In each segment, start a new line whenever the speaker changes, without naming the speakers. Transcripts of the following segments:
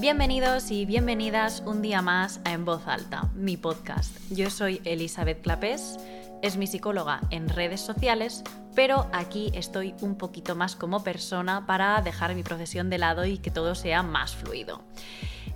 Bienvenidos y bienvenidas un día más a En Voz Alta, mi podcast. Yo soy Elizabeth Clapés, es mi psicóloga en redes sociales, pero aquí estoy un poquito más como persona para dejar mi profesión de lado y que todo sea más fluido.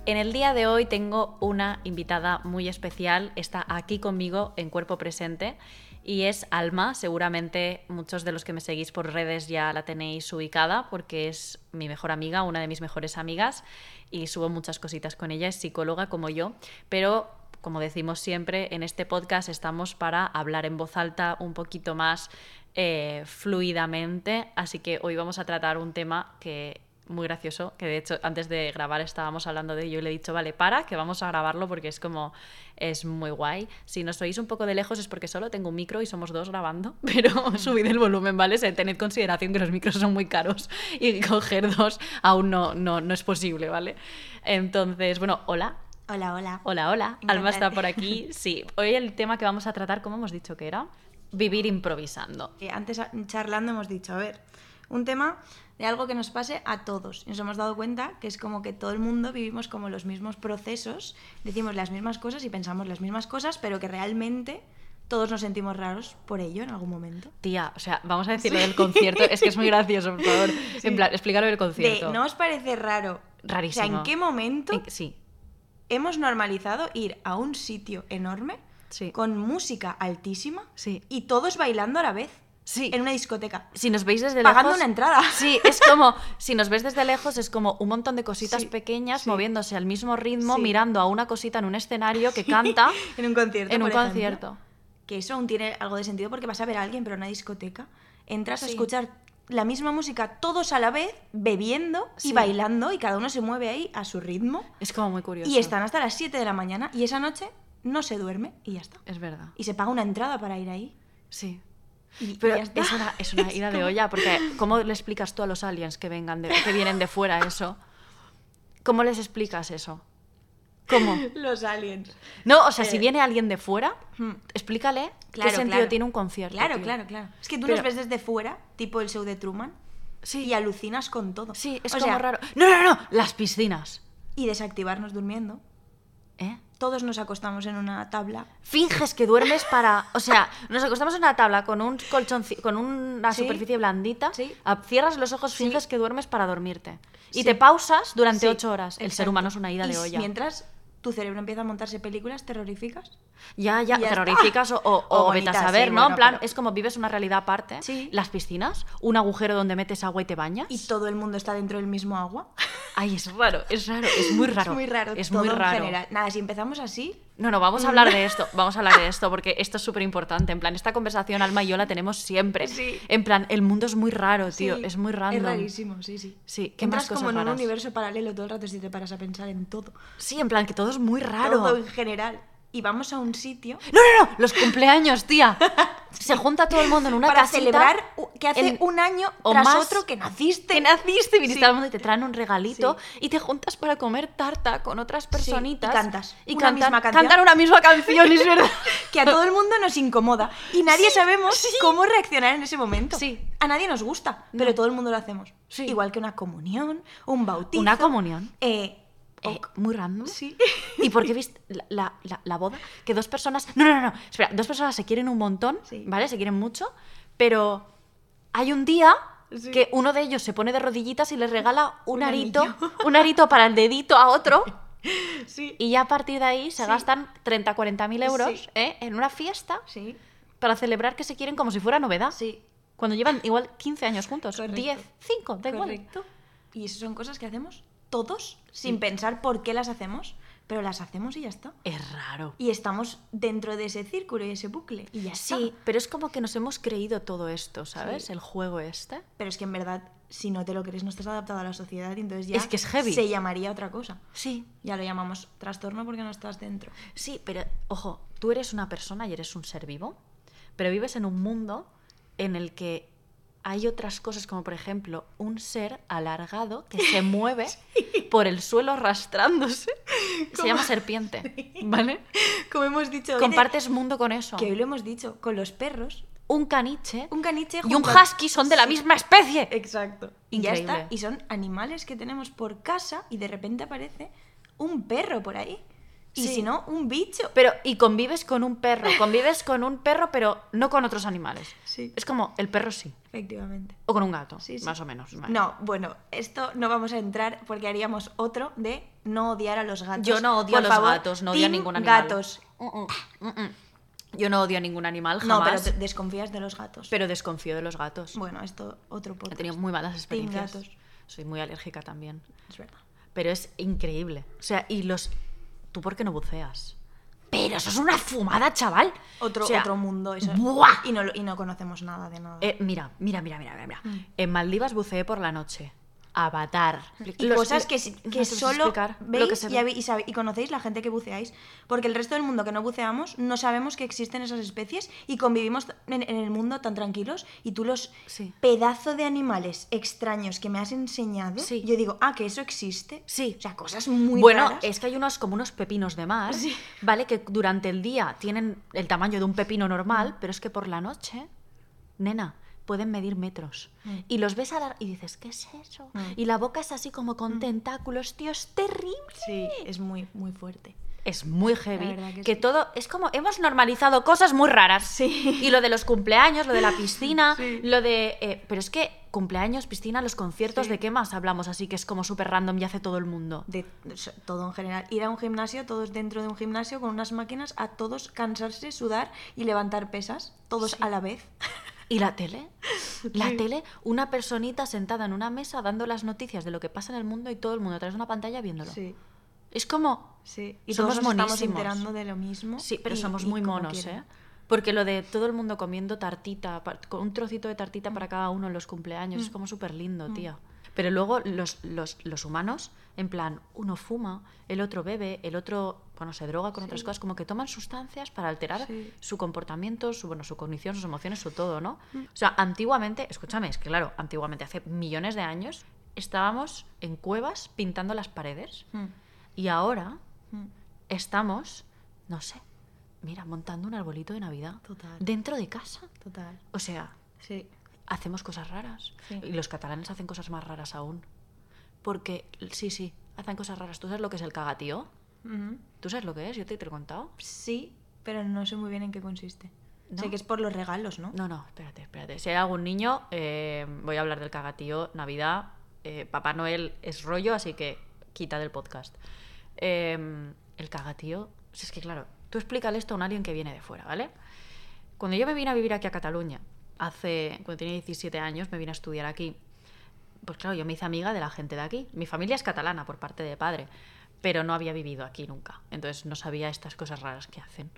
En el día de hoy tengo una invitada muy especial, está aquí conmigo en cuerpo presente y es Alma. Seguramente muchos de los que me seguís por redes ya la tenéis ubicada porque es mi mejor amiga, una de mis mejores amigas y subo muchas cositas con ella, es psicóloga como yo, pero como decimos siempre, en este podcast estamos para hablar en voz alta un poquito más eh, fluidamente, así que hoy vamos a tratar un tema que muy gracioso, que de hecho antes de grabar estábamos hablando de ello y le he dicho, vale, para, que vamos a grabarlo porque es como, es muy guay. Si nos oís un poco de lejos es porque solo tengo un micro y somos dos grabando, pero subid el volumen, ¿vale? O sea, tened consideración que los micros son muy caros y coger dos aún no, no, no es posible, ¿vale? Entonces, bueno, hola.
Hola, hola.
Hola, hola. Alma está por aquí. Sí, hoy el tema que vamos a tratar, como hemos dicho que era? Vivir improvisando.
Eh, Antes charlando hemos dicho, a ver, un tema de algo que nos pase a todos. Nos hemos dado cuenta que es como que todo el mundo vivimos como los mismos procesos, decimos las mismas cosas y pensamos las mismas cosas, pero que realmente todos nos sentimos raros por ello en algún momento.
Tía, o sea, vamos a decirlo del concierto, es que es muy gracioso, por favor. En plan, explícalo del
De,
concierto.
¿No os parece raro?
Rarísimo.
O sea, ¿en qué momento
En- Sí,
hemos normalizado ir a un sitio enorme
Sí.
con música altísima
Sí.
y todos bailando a la vez
Sí.
en una discoteca?
Si nos veis desde
Pagando
lejos.
una entrada.
Sí, es como. Si nos ves desde lejos, es como un montón de cositas
Sí,
pequeñas
sí.
moviéndose al mismo ritmo,
Sí.
mirando a una cosita en un escenario que canta.
en un concierto.
en un
por ejemplo.
concierto.
Que eso aún tiene algo de sentido porque vas a ver a alguien, pero en una discoteca entras a
Sí.
escuchar la misma música todos a la vez, bebiendo y
Sí.
bailando, y cada uno se mueve ahí a su ritmo.
Es como muy curioso.
Y están hasta las 7 de la mañana, y esa noche no se duerme y ya está.
Es verdad.
Y se paga una entrada para ir ahí.
Sí.
Y, y
Pero
ya está.
es una, es una ida de
como-
olla, porque ¿cómo le explicas tú a los aliens que vengan de, que vienen de fuera eso? ¿Cómo les explicas eso? ¿Cómo?
Los aliens.
No, o sea, si viene alguien de fuera, explícale
Eh, hmm, Claro,
qué sentido
claro.
tiene un concierto.
Claro,
tío.
claro, claro. Es que tú
Pero-
los ves desde fuera, tipo el show de Truman,
Sí.
y alucinas con todo.
Sí, es
O
como
sea,
raro. No, no, no, las piscinas.
Y desactivarnos durmiendo.
¿Eh?
Todos nos acostamos en una tabla
Finges que duermes para. O sea, nos acostamos en una tabla con un colchonci- con una
Sí.
superficie blandita,
Sí.
ab- cierras los ojos, finges que duermes para dormirte. Y
Sí.
te pausas durante
Sí,
ocho horas. El ser
exacto.
humano es una ida
Y
de
s-
olla.
Mientras tu cerebro empieza a montarse películas terroríficas.
Ya, ya,
Y ya
terroríficas o,
está.
o,
O
o vete a
bonitas, sí,
saber, ¿no? en
bueno,
plan,
pero-
es como vives una realidad aparte.
Sí.
Las piscinas, un agujero donde metes agua y te bañas.
Y todo el mundo está dentro del mismo agua.
Ay, es raro, es raro, es muy raro.
es muy raro.
Es
todo
muy raro.
En general. Nada, si empezamos así,
No, no, vamos a hablar de esto, vamos a hablar de esto, porque esto es súper importante. En plan, esta conversación Alma y yo la tenemos siempre.
Sí.
En plan, el mundo es muy raro, tío,
sí,
es muy random.
Es rarísimo, sí, sí.
Sí, ¿qué
Entras
más cosas
como en un
raras?
universo paralelo todo el rato si te paras a pensar en todo.
Sí, en plan, que todo es muy raro.
Todo en general. Y vamos a un sitio
No, no, no, los cumpleaños, tía. Se junta todo el mundo en una
para
casita
celebrar u- que hace
en-
un año
o
tras
más
otro que naciste.
que naciste y viniste
Sí.
al mundo y te traen un regalito y te juntas para comer tarta con otras
Sí,
personitas
y cantas
y
una
cantan,
misma canción.
cantan una misma canción, es verdad.
que a todo el mundo nos incomoda y nadie sabemos cómo reaccionar en ese momento.
Sí.
A nadie nos gusta,
No.
pero todo el mundo lo hacemos.
Sí.
Igual que una comunión, un bautizo.
Una comunión.
Eh, o-
Eh, muy random.
Sí.
¿Y por qué viste la, la- la- la boda? Que dos personas. No, no, no, no. Espera, dos personas se quieren un montón,
Sí.
¿vale? Se quieren mucho, pero hay un día
Sí.
que uno de ellos se pone de rodillitas y le regala un,
Un
arito,
anillo.
un arito para el dedito a otro.
Sí.
Y ya a partir de ahí se
Sí.
gastan 30, 40 mil euros
Sí.
¿eh? en una fiesta
Sí.
para celebrar que se quieren como si fuera novedad.
Sí.
Cuando llevan igual 15 años juntos,
Correcto.
10, 5, da igual.
Correcto. Y eso son cosas que hacemos todos sin pensar por qué las hacemos, pero las hacemos y ya está.
Es raro.
Y estamos dentro de ese círculo y ese bucle. Y ya está.
Sí, pero es como que nos hemos creído todo esto, ¿sabes?
Sí.
El juego este.
Pero es que en verdad, si no te lo crees, no estás adaptado a la sociedad y entonces ya
Es que es heavy.
se llamaría otra cosa.
Sí.
Ya lo llamamos trastorno porque no estás dentro.
Sí, pero ojo, tú eres una persona y eres un ser vivo, pero vives en un mundo en el que hay otras cosas como por ejemplo un ser alargado que se mueve por el suelo arrastrándose. Se
Como-
llama serpiente, ¿vale?
Como hemos dicho, hoy de-
Compartes mundo con eso.
que hoy lo hemos dicho, con los perros,
Un caniche
un caniche
y un
junto a-
husky son de la
Sí,
misma especie.
Exacto. Y ya
Increíble.
está. Y son animales que tenemos por casa y de repente aparece un perro por ahí. Y
Sí.
si no, un bicho.
Pero y convives con un perro, convives con un perro pero no con otros animales.
Sí.
Es como el perro sí
Efectivamente.
o con un gato,
Sí, sí.
más o menos. ¿vale?
No, bueno, esto no vamos a entrar porque haríamos otro de no odiar a los gatos.
Yo no odio
Por
a los
favor,
gatos, no odio a
team
ningún animal.
Gatos.
Mm, mm, mm, mm. Yo no odio a ningún animal
No,
jamás,
pero te-
pero,
desconfías de los gatos.
desconfío de los gatos.
Bueno, esto otro podcast.
He tenido muy malas
Team
experiencias.
gatos.
Soy muy alérgica también.
Es verdad.
Pero es increíble. O sea, y los... ¿Tú por qué no buceas? Pero eso es una fumada, chaval.
Otro,
O sea,
otro mundo. Eso.
¡buah!
Y, no, lo- y no conocemos nada de nada.
Eh, mira, mira, mira, mira, mira, mira.
Mm.
En Maldivas buceé por la noche. Avatar.
y
Los-
cosas que, si-
no
que
te sé
solo
explicar lo
veis
que se
y,
ve.
habe- y sabe- y conocéis la gente que buceáis, porque el resto del mundo que no buceamos no sabemos que existen esas especies y convivimos t- en, en el mundo tan tranquilos y tú los
Sí.
pedazo de animales extraños que me has enseñado,
Sí.
yo digo, ah, que eso existe.
Sí.
O sea, cosas muy
bueno,
raras.
es que hay unos como unos pepinos de mar,
Sí.
¿vale? Que durante el día tienen el tamaño de un pepino
Mm.
normal, pero es que por la noche, nena, pueden medir metros.
Mm.
Y los ves a la- y dices, ¿qué es eso? Y la boca es así como con tentáculos, tío, es terrible.
Mm. Sí, es muy, muy fuerte.
Es muy heavy.
La verdad
que
que sí.
todo es como hemos normalizado cosas muy raras.
Sí.
Y lo de los cumpleaños, lo de la piscina,
Sí.
lo de eh, pero es que cumpleaños, piscina, los conciertos,
Sí.
¿de qué más hablamos? Así que es como súper random y hace todo el mundo.
De so- todo en general. Ir a un gimnasio, todos dentro de un gimnasio, con unas máquinas, a todos cansarse, sudar y levantar pesas, todos a la vez.
¿Y la tele? La tele, una personita sentada en una mesa dando las noticias de lo que pasa en el mundo y todo el mundo a través de una pantalla viéndolo. Es como...
Sí, y
Somos
todos nos estamos
monísimos.
enterando de lo mismo.
Sí, pero
y-
somos
y
muy
como
monos,
quieren.
¿eh? Porque lo de todo el mundo comiendo tartita, pa- con un trocito de tartita para cada uno en los cumpleaños,
Mm.
es como súper lindo, tía. Pero luego los, los, los humanos, en plan, uno fuma, el otro bebe, el otro, bueno, se droga con otras cosas, como que toman sustancias para alterar
Sí.
su comportamiento, su, bueno, su cognición, sus emociones, su todo, ¿no?
Mm.
O sea, antiguamente, escúchame, es que claro, antiguamente, hace millones de años, estábamos en cuevas pintando las paredes
Mm,
y ahora
mm.
estamos, no sé, mira, montando un arbolito de Navidad
Total.
dentro de casa.
Total,
O sea,
sí.
hacemos cosas raras.
Sí.
Y los catalanes hacen cosas más raras aún. Porque, sí, sí, hacen cosas raras. ¿Tú sabes lo que es el cagatío?
Ujú.
¿Tú sabes lo que es? Yo te, te lo he contado.
Mm, Sí, pero no sé muy bien en qué consiste.
No.
Sé que es por los regalos, ¿no?
No, no, espérate, espérate. Si hay algún niño, eh, voy a hablar del cagatío, Navidad. eh, Papá Noel es rollo, así que quita del podcast. Eh, el cagatío, si es que claro, tú explícale esto a un alien que viene de fuera, ¿vale? Cuando yo me vine a vivir aquí a Cataluña, hace, cuando tenía 17 años, me vine a estudiar aquí. Pues claro, yo me hice amiga de la gente de aquí. Mi familia es catalana por parte de padre, pero no había vivido aquí nunca. Entonces no sabía estas cosas raras que hacen.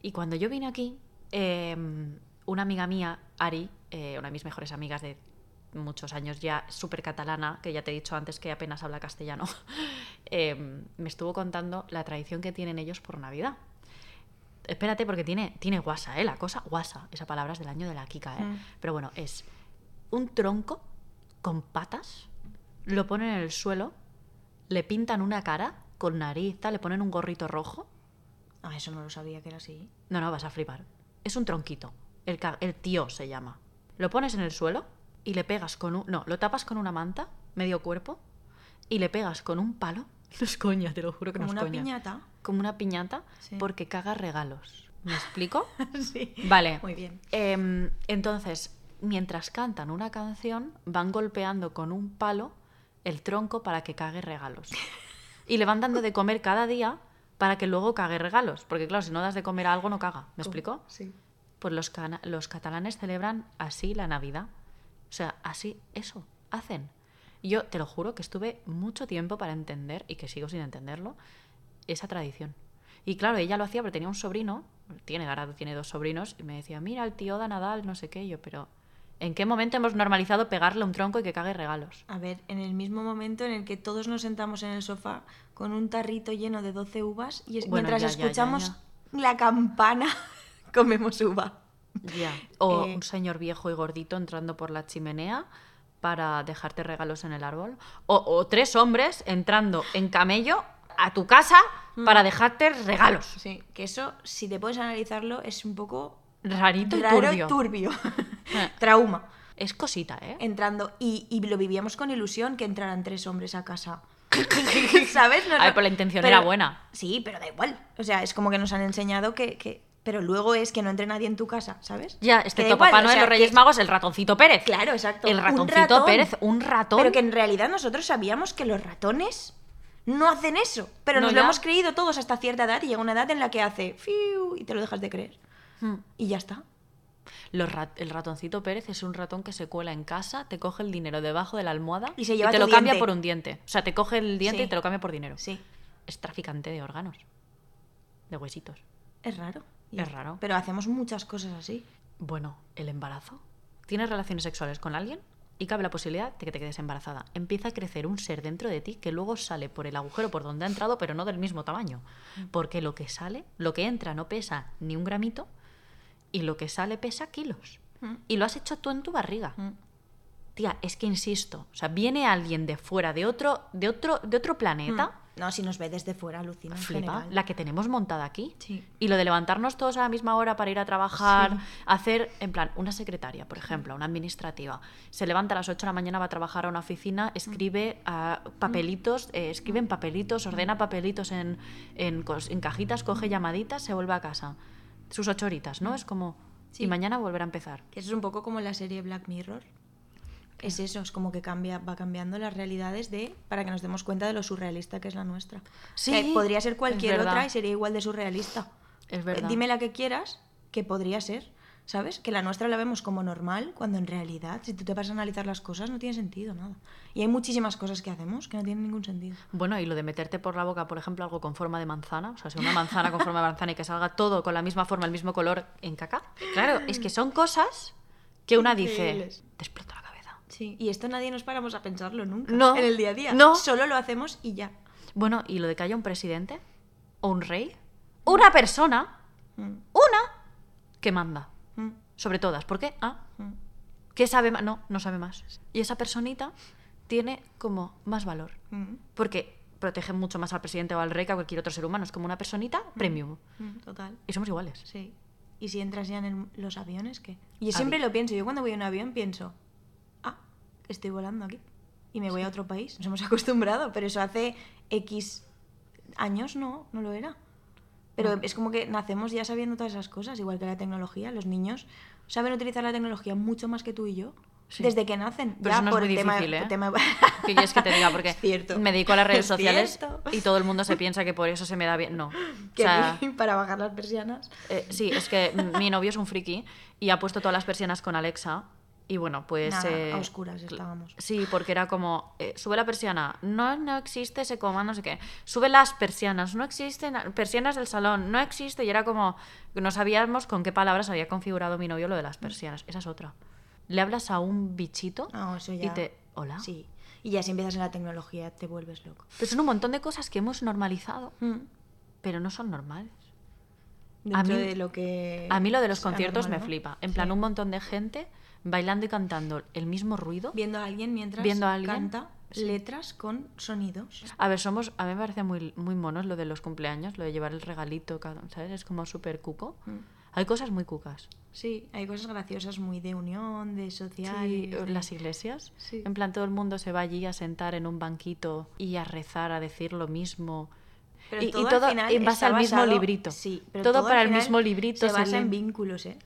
Y cuando yo vine aquí, eh, una amiga mía, Ari, eh, una de mis mejores amigas de muchos años ya, súper catalana, que ya te he dicho antes que apenas habla castellano, eh, me estuvo contando la tradición que tienen ellos por Navidad. Espérate, porque tiene, tiene guasa, ¿eh? La cosa, guasa. Esa palabra es del año de la Kika, ¿eh?
Mm.
Pero bueno, es un tronco con patas, lo ponen en el suelo, le pintan una cara con nariz, tal, le ponen un gorrito rojo.
Ah, eso no lo sabía que era así.
No, no, vas a flipar. Es un tronquito. El, ca- el tío se llama. Lo pones en el suelo y le pegas con un... No, lo tapas con una manta, medio cuerpo, y le pegas con un palo. No es coña, te lo juro que
Como
no es
una
coña.
piñata.
Como una piñata,
Sí.
porque caga regalos. ¿Me explico?
sí.
Vale.
Muy bien.
Em, entonces, mientras cantan una canción, van golpeando con un palo el tronco para que cague regalos. Y le van dando de comer cada día para que luego cague regalos. Porque claro, si no das de comer a algo, no caga. ¿Me explico?
Sí.
Pues los, cana- los catalanes celebran así la Navidad. O sea, así eso, hacen. Y Yo te lo juro que estuve mucho tiempo para entender, y que sigo sin entenderlo, esa tradición. Y claro, ella lo hacía porque tenía un sobrino, tiene ahora tiene dos sobrinos, y me decía, mira, el tío da Nadal, no sé qué, y yo, pero ¿en qué momento hemos normalizado pegarle un tronco y que cague regalos?
A ver, en el mismo momento en el que todos nos sentamos en el sofá con un tarrito lleno de 12 uvas y es-
Bueno,
mientras
ya, ya, ya,
escuchamos la campana comemos uva.
Ya. O
Eh,
un señor viejo y gordito entrando por la chimenea para dejarte regalos en el árbol. O, o tres hombres entrando en camello a tu casa
Mm.
para dejarte regalos.
Sí, que eso, si te puedes analizarlo, es un poco
Rarito y
raro
turbio.
y turbio. Trauma.
Es cosita, ¿eh?
Entrando, y, y lo vivíamos con ilusión que entraran tres hombres a casa. ¿Sabes? No,
A ver,
no.
pero la intención
Pero-
era buena.
Sí, pero da igual. O sea, es como que nos han enseñado que. que- pero luego es que no entre nadie en tu casa, ¿sabes?
Ya,
Que da
excepto
igual,
Papá
o
Noel,
sea,
los Reyes
que-
Magos, el ratoncito Pérez.
Claro, exacto.
El
Un
ratoncito
ratón.
Pérez, un ratón.
Pero que en realidad nosotros sabíamos que los ratones no hacen eso. Pero
No,
nos
ya.
lo hemos creído todos hasta cierta edad y llega una edad en la que hace fiu y te lo dejas de creer.
Hmm.
Y ya está.
Los rat- el ratoncito Pérez es un ratón que se cuela en casa, te coge el dinero debajo de la almohada
Y se lleva
te
tu
lo cambia
diente.
por un diente. O sea, te coge el diente
Sí.
y te lo cambia por dinero.
Sí.
Es traficante de órganos, de huesitos.
Es raro. Y
Es
ya.
raro.
Pero hacemos muchas cosas así.
Bueno, el embarazo. Tienes relaciones sexuales con alguien y cabe la posibilidad de que te quedes embarazada. Empieza a crecer un ser dentro de ti que luego sale por el agujero por donde ha entrado, pero no del mismo tamaño. Porque lo que sale, lo que entra no pesa ni un gramito y lo que sale pesa kilos. Y lo has hecho tú en tu barriga. Tía, es que insisto, o sea, viene alguien de fuera, de otro, de otro, de otro planeta,
Mm. No, si nos ve desde fuera, alucina. en
flipa,
general.
la que tenemos montada aquí.
Sí.
Y lo de levantarnos todos a la misma hora para ir a trabajar, hacer, en plan, una secretaria, por ejemplo, una administrativa, se levanta a las 8 de la mañana, va a trabajar a una
Mm.
oficina, escribe ah, papelitos, eh, escribe en papelitos,
Mm.
ordena papelitos en, en cos- en cajitas, coge llamaditas, se vuelve a casa. Sus ocho horitas, ¿no? Es como...
Mm. Sí.
Y mañana volver a empezar.
Que eso es un poco como la serie Black Mirror. Es eso, es como que cambia, va cambiando las realidades de para que nos demos cuenta de lo surrealista que es la nuestra.
Sí,
Que podría ser cualquier
es verdad.
otra y sería igual de surrealista.
Es verdad.
Dime la que quieras, que podría ser. ¿Sabes? Que la nuestra la vemos como normal, cuando en realidad, si tú te vas a analizar las cosas, no tiene sentido nada. Y hay muchísimas cosas que hacemos que no tienen ningún sentido.
Bueno, y lo de meterte por la boca, por ejemplo, algo con forma de manzana, o sea, si una manzana con forma de manzana y que salga todo con la misma forma, el mismo color en caca. Claro, es que son cosas que una dice,
Increíbles.
te explota la cabeza.
Sí. Y esto nadie nos paramos a pensarlo nunca.
No.
En el día a día.
No.
Solo lo hacemos y ya.
Bueno, y lo de que haya un presidente, o un rey, o una persona, una, que manda,
Mm.
sobre todas. ¿Por qué? Ah,
Mm.
que sabe más, no, no sabe más. Y esa personita tiene como más valor.
Mm.
Porque protege mucho más al presidente o al rey que a cualquier otro ser humano. Es como una personita premium.
Mm, Total.
Y somos iguales.
Sí. ¿Y si entras ya en el- los aviones, qué? Yo
Avi-
siempre lo pienso. Yo cuando voy en un avión pienso, ah, estoy volando aquí. Y me voy a otro país. Nos hemos acostumbrado, pero eso hace X años no, no lo era.
Ah.
Pero es como que nacemos ya sabiendo todas esas cosas, igual que la tecnología. Los niños saben utilizar la tecnología mucho más que tú y yo.
Sí.
Desde que nacen.
Pero
ya
eso no es
por
muy
el tema-
difícil, ¿eh?
el tema-
¿Qué quieres que te diga? Porque
Es cierto.
me dedico a las redes
Es
sociales
cierto.
y todo el mundo se piensa que por eso se me da bien. No. O
Que
sea,
para bajar las persianas.
eh, sí, es que mi novio es un friki y ha puesto todas las persianas con Alexa. Y bueno, pues.
Nada,
eh,
a oscuras estábamos.
Sí, porque era como, eh, sube la persiana, no, no existe ese coma, no sé qué. Sube las persianas, no existen a- persianas del salón, no existe. Y era como, no sabíamos con qué palabras había configurado mi novio lo de las persianas. Esa es otra. Le hablas a un bichito
No, Ah, eso
y
ya.
te... Hola.
Sí. Y ya si empiezas en la tecnología te vuelves loco.
Pero son un montón de cosas que hemos normalizado, pero no son normales.
Dentro
Hmm. A mí-
de lo que.
A mí lo de los
es
conciertos me
Eh, anormal, ¿no?
flipa. En plan,
Sí.
un montón de gente bailando y cantando el mismo ruido.
Viendo a alguien mientras
Viendo a alguien,
canta letras con sonidos.
A ver, somos, a mí me parece muy, muy monos lo de los cumpleaños, lo de llevar el regalito, cada- ¿sabes? Es como súper cuco.
Mm.
Hay cosas muy cucas.
Sí, hay cosas graciosas muy de unión, de social.
Sí, las iglesias.
Sí.
En plan, todo el mundo se va allí a sentar en un banquito y a rezar, a decir lo mismo.
Pero
y, y
todo al
todo
final
en base
está
al mismo
basado-
librito.
Sí, pero
todo,
al
para el
final
mismo librito.
Se
se
basa
lee-
en vínculos, ¿eh?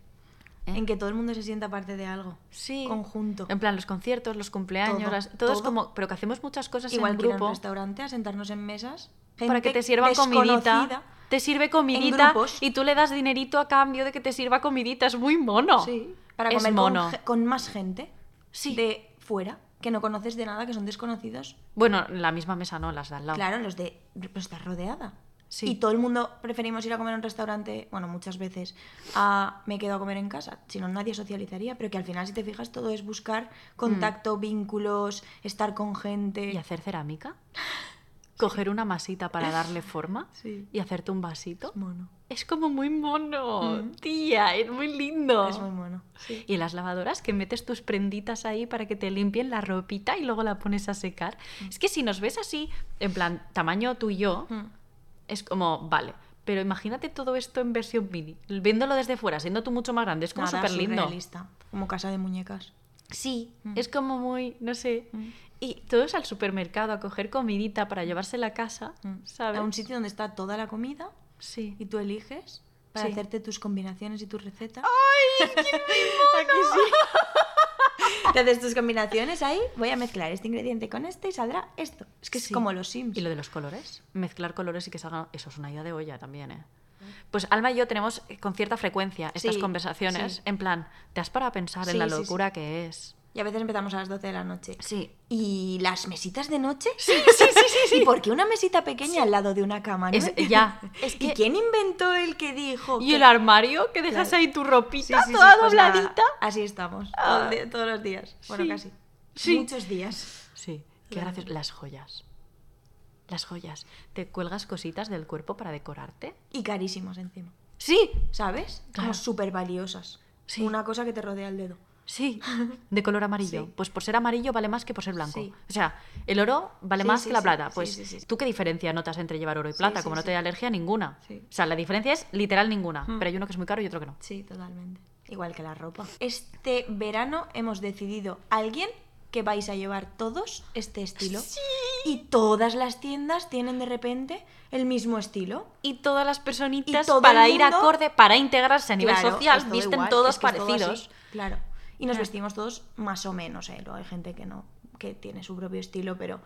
¿eh?
en que todo el mundo se sienta parte de algo.
Sí.
Conjunto.
En plan, los conciertos, los cumpleaños,
Todo,
las- todo es
todo.
como. Pero que hacemos muchas cosas
Igual
en
que ir a un
grupo
restaurante, a sentarnos en mesas.
para que
gente
te sirvan comidita.
desconocida.
Te sirve comidita
grupos.
y tú le das dinerito a cambio de que te sirva comidita. Es muy mono.
Sí, para
es
comer con
mono.
ge- con, más gente
Sí.
de fuera, que no conoces de nada, que son desconocidos.
Bueno, en la misma mesa no, las de al lado.
Claro, los de pues, estar rodeada.
Sí.
Y todo el mundo preferimos ir a comer a un restaurante, bueno, muchas veces, a me quedo a comer en casa, si no nadie socializaría, pero que al final si te fijas todo es buscar contacto, vínculos, estar con gente.
Mm. Y hacer cerámica. Coger una masita para darle forma
Sí.
y hacerte un vasito.
mono. Mm.
Es como muy mono, tía, es muy lindo.
Es muy mono. Sí.
Y las lavadoras que metes tus prenditas ahí para que te limpien la ropita y luego la pones a secar. Es que si nos ves así, en plan tamaño tú y yo,
Mm.
es como, vale. Pero imagínate todo esto en versión mini, viéndolo desde fuera, siendo tú mucho más grande, es como
Nada,
súper lindo.
surrealista, Mm. Como casa de muñecas.
Sí, es como muy, no sé.
Mm.
Y todos al supermercado a coger comidita para llevársela a casa, ¿sabes?
Mm. A un sitio donde está toda la comida
Sí.
y tú eliges para
Sí.
hacerte tus combinaciones y tus recetas. ¡Ay, sí? Te haces tus combinaciones ahí, voy a mezclar este ingrediente con este y saldrá esto. Es que es
Sí.
como los Sims.
Y lo de los colores, mezclar colores y que salgan. Eso es una idea de olla también, ¿eh? Pues Alma y yo tenemos eh, con cierta frecuencia estas
Sí,
conversaciones.
sí.
En plan, te has para pensar en
Sí,
la
sí, sí.
locura que es.
Y a veces empezamos a las 12 de la noche.
Sí.
¿Y las mesitas de noche? Sí,
sí, sí, sí, sí.
¿Y por qué una mesita pequeña al lado de una cama? ¿no?
Es- ya, es
¿Y
que-
quién inventó el que dijo?
Y
que-
el armario, que dejas
Claro.
ahí tu ropita
Sí, sí, sí,
toda
pues nada,
dobladita.
así estamos,
Ah.
todo el día- todos los días. Bueno,
Sí.
casi.
Sí.
Muchos días.
Sí, qué
Claro.
gracioso. Las joyas. Las joyas. ¿Te cuelgas cositas del cuerpo para decorarte?
Y carísimos encima.
Sí,
¿Sabes?
Claro.
Como súper valiosas.
Sí.
Una cosa que te rodea el dedo.
Sí, de color amarillo.
Sí.
Pues por ser amarillo vale más que por ser blanco.
Sí.
O sea, el oro vale
Sí,
más
sí,
que la
sí,
plata.
sí,
Pues
sí, sí, sí.
tú qué diferencia notas entre llevar oro y plata,
sí,
como no
sí.
te da alergia ninguna.
Sí.
O sea, la diferencia es literal ninguna, pero hay uno que es muy caro y otro que no.
Sí, totalmente. Igual que la ropa. Este verano hemos decidido alguien que vais a llevar todos este estilo. Y todas las tiendas tienen de repente el mismo estilo.
Y todas las personitas
Y todo
para
el
ir
mundo-
acorde, para integrarse a nivel
Claro, es
social,
todo
visten
igual,
todos
es que es todo
parecidos.
así, claro. Y nos
Claro.
vestimos todos más o menos, ¿eh? Luego hay gente que no, que tiene su propio estilo, pero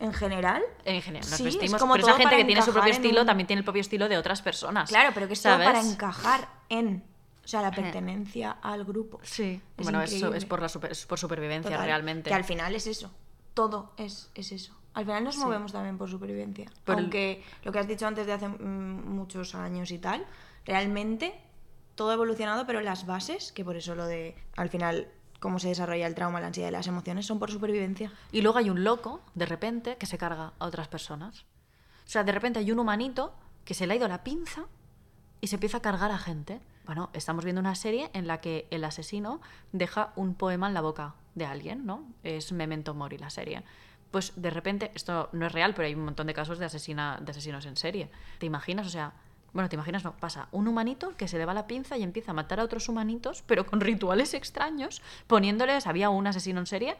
en general.
en general, nos
sí, es
vestimos,
como
pero esa
todo
gente
para
que tiene su propio
encajar en
estilo
un-
también tiene el propio estilo de otras personas.
Claro, pero que es todo
¿sabes?
para encajar en. O sea, la pertenencia al grupo.
Sí,
Es
bueno, eso
increíble.
es por, la super- es por supervivencia
Total,
realmente.
Que al final es eso. Todo es, es eso. Al final nos movemos también por supervivencia.
Por el-
Aunque lo que has dicho antes de hace mm, muchos años y tal, realmente todo ha evolucionado, pero las bases, que por eso lo de al final cómo se desarrolla el trauma, la ansiedad y las emociones, son por supervivencia.
Y luego hay un loco, de repente, que se carga a otras personas. O sea, de repente hay un humanito que se le ha ido la pinza y se empieza a cargar a gente. Bueno, estamos viendo una serie en la que el asesino deja un poema en la boca de alguien, ¿no? Es Memento Mori la serie. Pues de repente, esto no es real, pero hay un montón de casos de, asesina, de asesinos en serie. ¿Te imaginas? O sea, bueno, te imaginas, no, pasa un humanito que se le va la pinza y empieza a matar a otros humanitos, pero con rituales extraños, poniéndoles, había un asesino en serie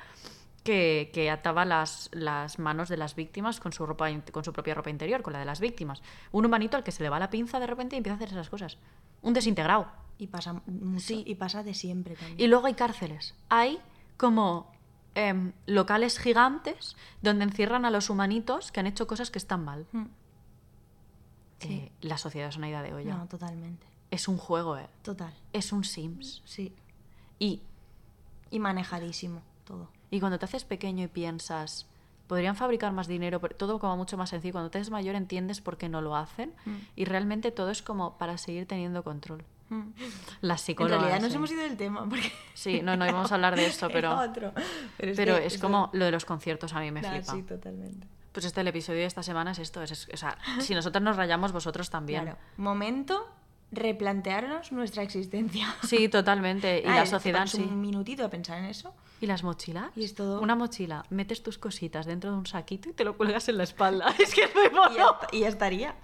que, que ataba las, las manos de las víctimas con su, ropa, in- con su propia ropa interior, con la de las víctimas. Un humanito al que se le va la pinza de repente y empieza a hacer esas cosas. Un desintegrado.
Y pasa mucho, y pasa de siempre también.
Y luego hay cárceles. Hay como em, locales gigantes donde encierran a los humanitos que han hecho cosas que están mal.
Mm.
Eh, la sociedad es una idea de olla.
No, totalmente.
Es un juego, eh.
Total.
Es un Sims.
Sí.
Y
Y manejadísimo todo.
Y cuando te haces pequeño y piensas, podrían fabricar más dinero, pero todo como mucho más sencillo. Cuando te haces mayor entiendes por qué no lo hacen y realmente todo es como para seguir teniendo control.
Mm.
Las
En
psicólogas.
realidad nos
¿eh?
hemos ido del tema porque
Sí, no, no íbamos a hablar de esto,
era
pero,
otro. Pero es,
pero
que
es
este esto-
como lo de los conciertos a mí me
Ah,
flipa.
Sí, totalmente.
Pues este el episodio de esta semana es esto. Es, es- o sea, si nosotros nos rayamos, vosotros también.
Claro. Momento, replantearnos nuestra existencia.
Sí, totalmente. Y
Ah,
la
es-
sociedad,
es un
sí.
minutito a pensar en eso.
¿Y las mochilas?
Y es todo-
Una mochila, metes tus cositas dentro de un saquito y te lo cuelgas en la espalda. Es que es muy mono.
Y ya, y ya estaría.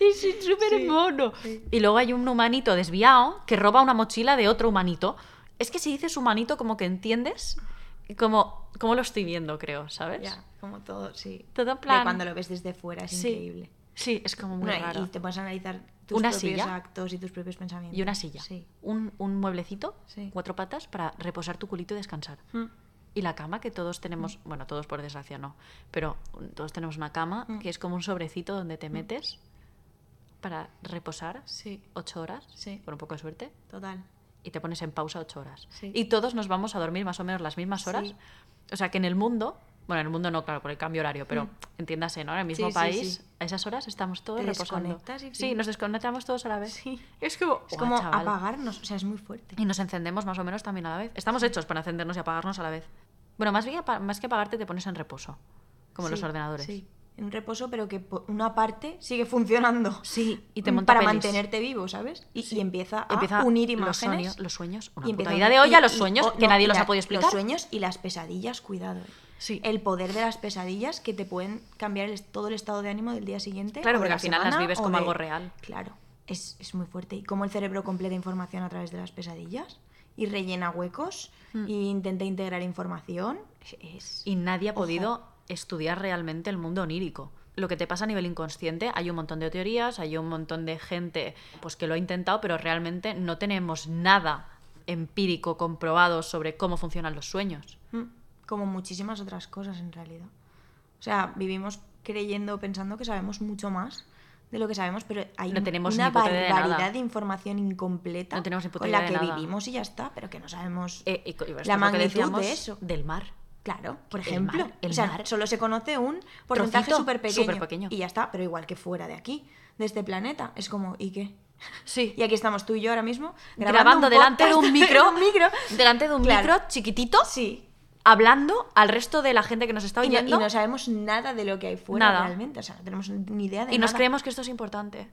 Es súper mono. Y luego hay un humanito desviado que roba una mochila de otro humanito. Es que si dices humanito, como que entiendes como, como lo estoy viendo, creo, ¿sabes?
ya, como todo, sí.
Todo en
De
plan-
cuando lo ves desde fuera es
Sí.
increíble.
Sí, es como muy
No, y-
raro.
Y te puedes analizar tus
Una
propios
silla.
actos y tus propios pensamientos.
Y una silla.
Sí.
Un, un mueblecito,
Sí.
cuatro patas para reposar tu culito y descansar. Y la cama que todos tenemos,
Mm.
bueno, todos por desgracia no, pero todos tenemos una cama
Mm.
que es como un sobrecito donde te metes para reposar
Sí.
ocho horas,
Sí.
con un poco de suerte,
Total.
y te pones en pausa ocho horas.
Sí.
Y todos nos vamos a dormir más o menos las mismas horas.
Sí.
O sea que en el mundo, bueno, en el mundo no, claro, por el cambio horario, pero entiéndase, ¿no? En el mismo
Mm. Sí, sí,
país,
sí.
a esas horas estamos todos
Te
reposando.
desconectas y
sí,
fin.
nos desconectamos todos a la vez.
Sí.
Es como,
Es
"Guau,
como
chaval".
apagarnos, o sea, es muy fuerte.
Y nos encendemos más o menos también a la vez. Estamos hechos para encendernos y apagarnos a la vez. Bueno, más, bien, apa- más que apagarte te pones en reposo, como los
Sí,
ordenadores.
Sí. En reposo, pero que po- una parte sigue funcionando.
Sí, y te
Mm,
monta
Para
pelis.
mantenerte vivo, ¿sabes? Y, y empieza a
Empieza
unir
los
imágenes.
sueños- los sueños, una
empieza
puta
a
idea
unir-
de olla,
y-
los
y-
sueños,
o-
que nadie los ha podido explicar.
Los sueños y las pesadillas, cuidado. eh.
Sí.
El poder de las pesadillas que te pueden cambiar el est- todo el estado de ánimo del día siguiente.
Claro,
o de
porque
la
al final las
semana,
vives
o
como
de-
algo real.
Claro, es, es muy fuerte. Y cómo el cerebro completa información a través de las pesadillas y rellena huecos
Mm.
e intenta integrar información. Es- es-
Y nadie ha podido estudiar realmente el mundo onírico. Lo que te pasa a nivel inconsciente, hay un montón de teorías, hay un montón de gente pues, que lo ha intentado, pero realmente no tenemos nada empírico comprobado sobre cómo funcionan los sueños.
Mm, Como muchísimas otras cosas en realidad. O sea, vivimos creyendo, pensando que sabemos mucho más de lo que sabemos, pero hay
No
un-
tenemos
una
ni puta idea de
barbaridad
nada.
de información incompleta
No tenemos ni puta
con
idea
la
de
que
nada.
vivimos y ya está, pero que no sabemos
Eh, y co- y esto es
la
lo que
magnitud
decíamos
de eso.
Del mar.
Claro, por
El
ejemplo.
mar, el
o sea,
mar.
solo se conoce un porcentaje
Trocito,
súper
superpequeño.
pequeño. Y ya está, pero igual que fuera de aquí, de este planeta. Es como, ¿y qué?
Sí.
Y aquí estamos tú y yo ahora mismo
grabando,
un
delante de
podcast,
un micro,
un micro.
delante de un
Claro.
micro chiquitito,
Sí.
hablando al resto de la gente que nos está
Y no, y
oyendo y,
no sabemos nada de lo que hay fuera
Nada.
realmente. O sea, no tenemos ni idea de
nos
nada.
creemos que esto es importante.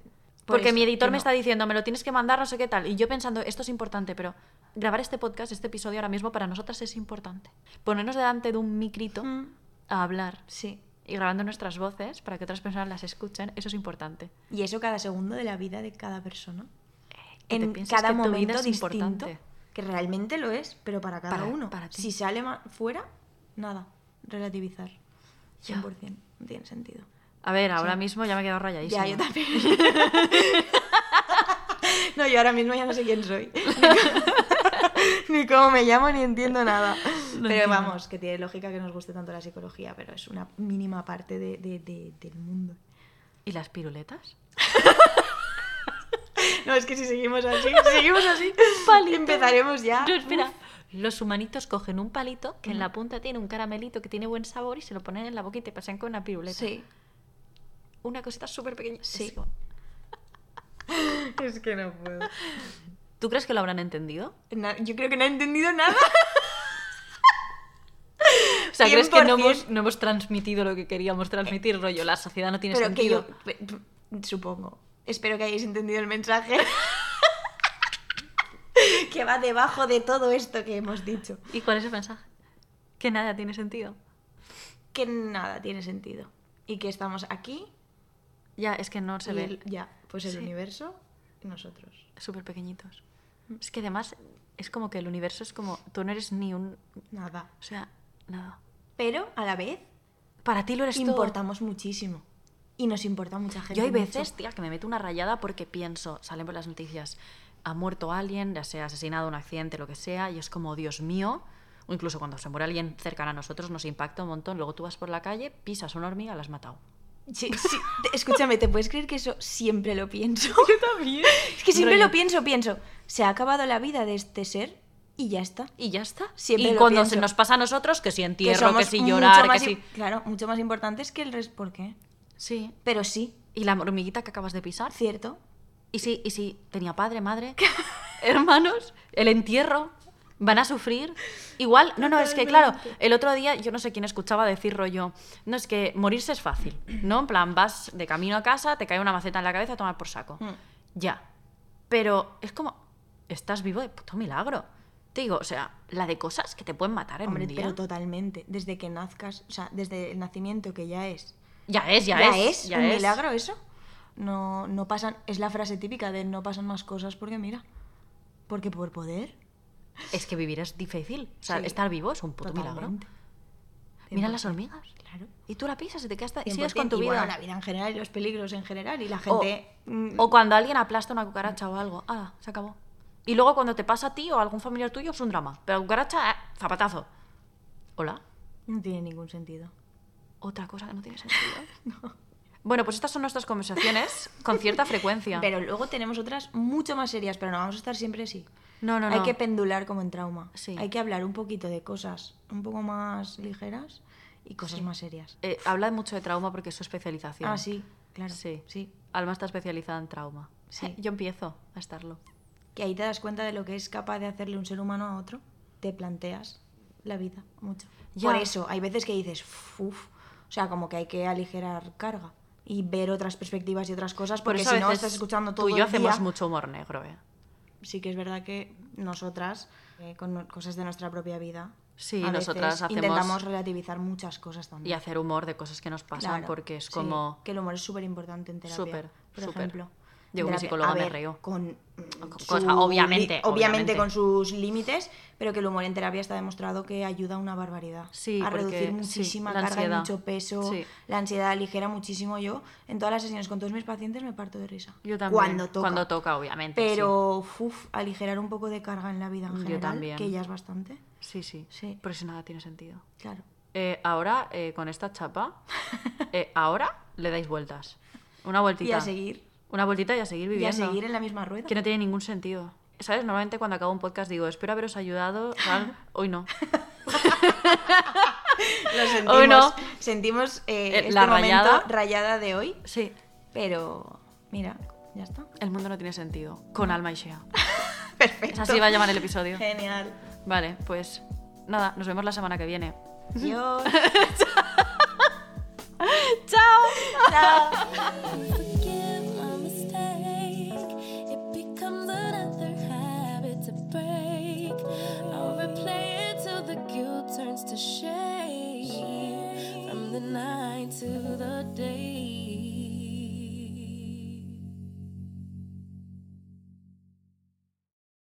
Por
Porque
eso,
mi editor
que
me
no.
está diciendo, me lo tienes que mandar, no sé qué tal. Y yo pensando, esto es importante, pero grabar este podcast, este episodio ahora mismo para nosotras es importante. Ponernos delante de un micrito
Mm.
a hablar
Sí.
y grabando nuestras voces para que otras personas las escuchen, eso es importante.
Y eso cada segundo de la vida de cada persona.
que te
en
pienses
cada
que tu vida
momento
es
distinto.
importante.
Que realmente lo es, pero para cada
Para-
uno.
para ti.
Si sale ma- fuera, nada. Relativizar.
Ya.
100%. No tiene sentido.
A ver, ahora mismo ya me he quedado rayadísima.
Ya, yo también. no, yo ahora mismo ya no sé quién soy. Ni cómo- ni cómo me llamo, ni entiendo nada. pero
entiendo.
vamos, que tiene lógica que nos guste tanto la psicología, pero es una mínima parte de- de- de- del mundo.
¿Y las piruletas?
No, es que si seguimos así, seguimos así,
Palito.
empezaremos ya.
No, espera. Los humanitos cogen un palito que en la punta tiene un caramelito que tiene buen sabor y se lo ponen en la boca y te pasan con una piruleta.
Sí.
Una cosita súper pequeña.
Sí.
Es como-
Es que no puedo.
¿Tú crees que lo habrán entendido?
yo creo que no he entendido nada.
O sea, ¿crees que no
100%.
hemos, no hemos transmitido lo que queríamos transmitir, rollo? La sociedad no tiene
Pero que
sentido.
yo, pe- pe- supongo. Espero que hayáis entendido el mensaje. que va debajo de todo esto que hemos dicho.
¿Y cuál es el mensaje? Que nada tiene sentido.
Que nada tiene sentido. Y que estamos aquí.
Ya, es que no se
y
ve.
el- ya, pues el
Sí.
universo y nosotros.
Súper pequeñitos. Es que además es como que el universo es como... Tú no eres ni un...
Nada.
O sea, nada.
Pero a la vez
Para ti lo eres todo.
importamos muchísimo. Y nos importa mucha gente.
Yo hay
mucho.
veces, tía, que me meto una rayada porque pienso, salen por las noticias, ha muerto alguien, ya sea asesinado, un accidente, lo que sea, y es como, Dios mío, o incluso cuando se muere alguien cercano a nosotros nos impacta un montón, luego tú vas por la calle, pisas una hormiga, la has matado.
Sí, sí, te- escúchame, ¿te puedes creer que eso siempre lo pienso? Yo también. Es que siempre
Rollo.
lo pienso, pienso. Se ha acabado la vida de este ser y ya está.
Y ya está.
Siempre
y
lo
cuando
pienso.
se nos pasa a nosotros, que si
Que
entierro, que
somos
si
mucho
llorar, que
más im-
si...
Claro, mucho más importantes que el resto. ¿Por qué?
Sí.
Pero sí,
Y la hormiguita que acabas de pisar.
cierto.
Y si, y si tenía padre, madre, hermanos, el entierro, van a sufrir. Igual, no, no, es que claro, el otro día yo no sé quién escuchaba decir rollo, no es que morirse es fácil, ¿no? En plan, vas de camino a casa, te cae una maceta en la cabeza a tomar por saco.
Hmm.
Ya. Pero es como, estás vivo de puto milagro. Te digo, o sea, la de cosas que te pueden matar en
Hombre,
un día.
pero totalmente. Desde que nazcas, o sea, desde el nacimiento que ya es.
Ya es, ya,
Ya,
es.
es,
ya
un
es.
milagro eso. No, no pasan, es la frase típica de no pasan más cosas porque mira, porque por poder.
Es que vivir es difícil. O sea,
Sí.
estar vivo es un puto milagro.
Totalmente.
Mira las hormigas.
Claro.
Y tú la pisas y te quedas y
Y
sigues con tu vida.
bueno, la vida en general y los peligros en general. Y la gente.
O,
mm,
o cuando alguien aplasta una cucaracha o algo. Ah, se acabó. Y luego cuando te pasa a ti o a algún familiar tuyo es un drama. Pero cucaracha, ah, zapatazo. Hola.
No tiene ningún sentido.
Otra cosa que no tiene sentido. Bueno, pues estas son nuestras conversaciones con cierta frecuencia.
Pero luego tenemos otras mucho más serias, pero no vamos a estar siempre así.
no, no, no.
Hay que pendular como en trauma.
Sí.
Hay que hablar un poquito de cosas un poco más ligeras y cosas más serias.
Eh, habla mucho de trauma porque es su especialización.
Ah, sí, claro.
Sí.
sí.
Alma está especializada en trauma. Eh,
Sí.
Yo empiezo a estarlo.
Que ahí te das cuenta de lo que es capaz de hacerle un ser humano a otro. Te planteas la vida mucho.
Ya.
Por eso, hay veces que dices, uff, o sea, como que hay que aligerar carga y ver otras perspectivas y otras cosas,
Por
porque
eso
si
a
no
veces
estás escuchando todo
tú y yo
el día,
hacemos mucho humor negro, ¿eh?
Sí que es verdad que nosotras, eh, con no- cosas de nuestra propia vida,
Sí,
a
nosotras
veces
hacemos-
intentamos relativizar muchas cosas
Y
también.
hacer humor de cosas que nos pasan
Claro,
porque es
sí,
como...
que el humor es súper importante en terapia.
Súper,
por
súper.
ejemplo.
Yo como
En terapia-
psicóloga
a
me
ver,
río.
Con,
Con
mm,
cosas-
su-
obviamente,
obviamente,
obviamente.
con sus límites, pero que el humor en terapia está demostrado que ayuda una barbaridad.
Sí,
a
porque-
reducir
sí,
muchísima
la
carga, y
ansiedad.
mucho peso,
Sí.
la ansiedad aligera muchísimo. Yo en todas las sesiones con todos mis pacientes me parto de risa.
Yo también.
Cuando toca.
Cuando toca, obviamente,
Pero, uf, aligerar un poco de carga en la vida en
Yo
general,
también.
que ya es bastante.
Sí, sí.
Sí.
Por eso nada tiene sentido.
Claro.
Eh, ahora, eh, con esta chapa, eh, ahora le dais vueltas. Una vueltita.
Y a seguir.
Una vueltita y a seguir
Y
viviendo.
a seguir en la misma rueda.
Que no tiene ningún sentido. ¿Sabes? Normalmente cuando acabo un podcast digo, espero haberos ayudado. tal". Hoy no.
Lo sentimos,
Hoy no.
sentimos eh,
Eh,
este
la
momento
rayada.
rayada de hoy,
Sí,
pero mira, ya está.
el mundo no tiene sentido. Con Alma y Shea.
Perfecto.
Así va a llamar el episodio.
Genial.
Vale, pues nada, nos vemos la semana que viene.
Adiós.
¡Chao!
forgive my mistake. It becomes another habit to break. I'll replay it till the guilt turns to shame. From the night to the day.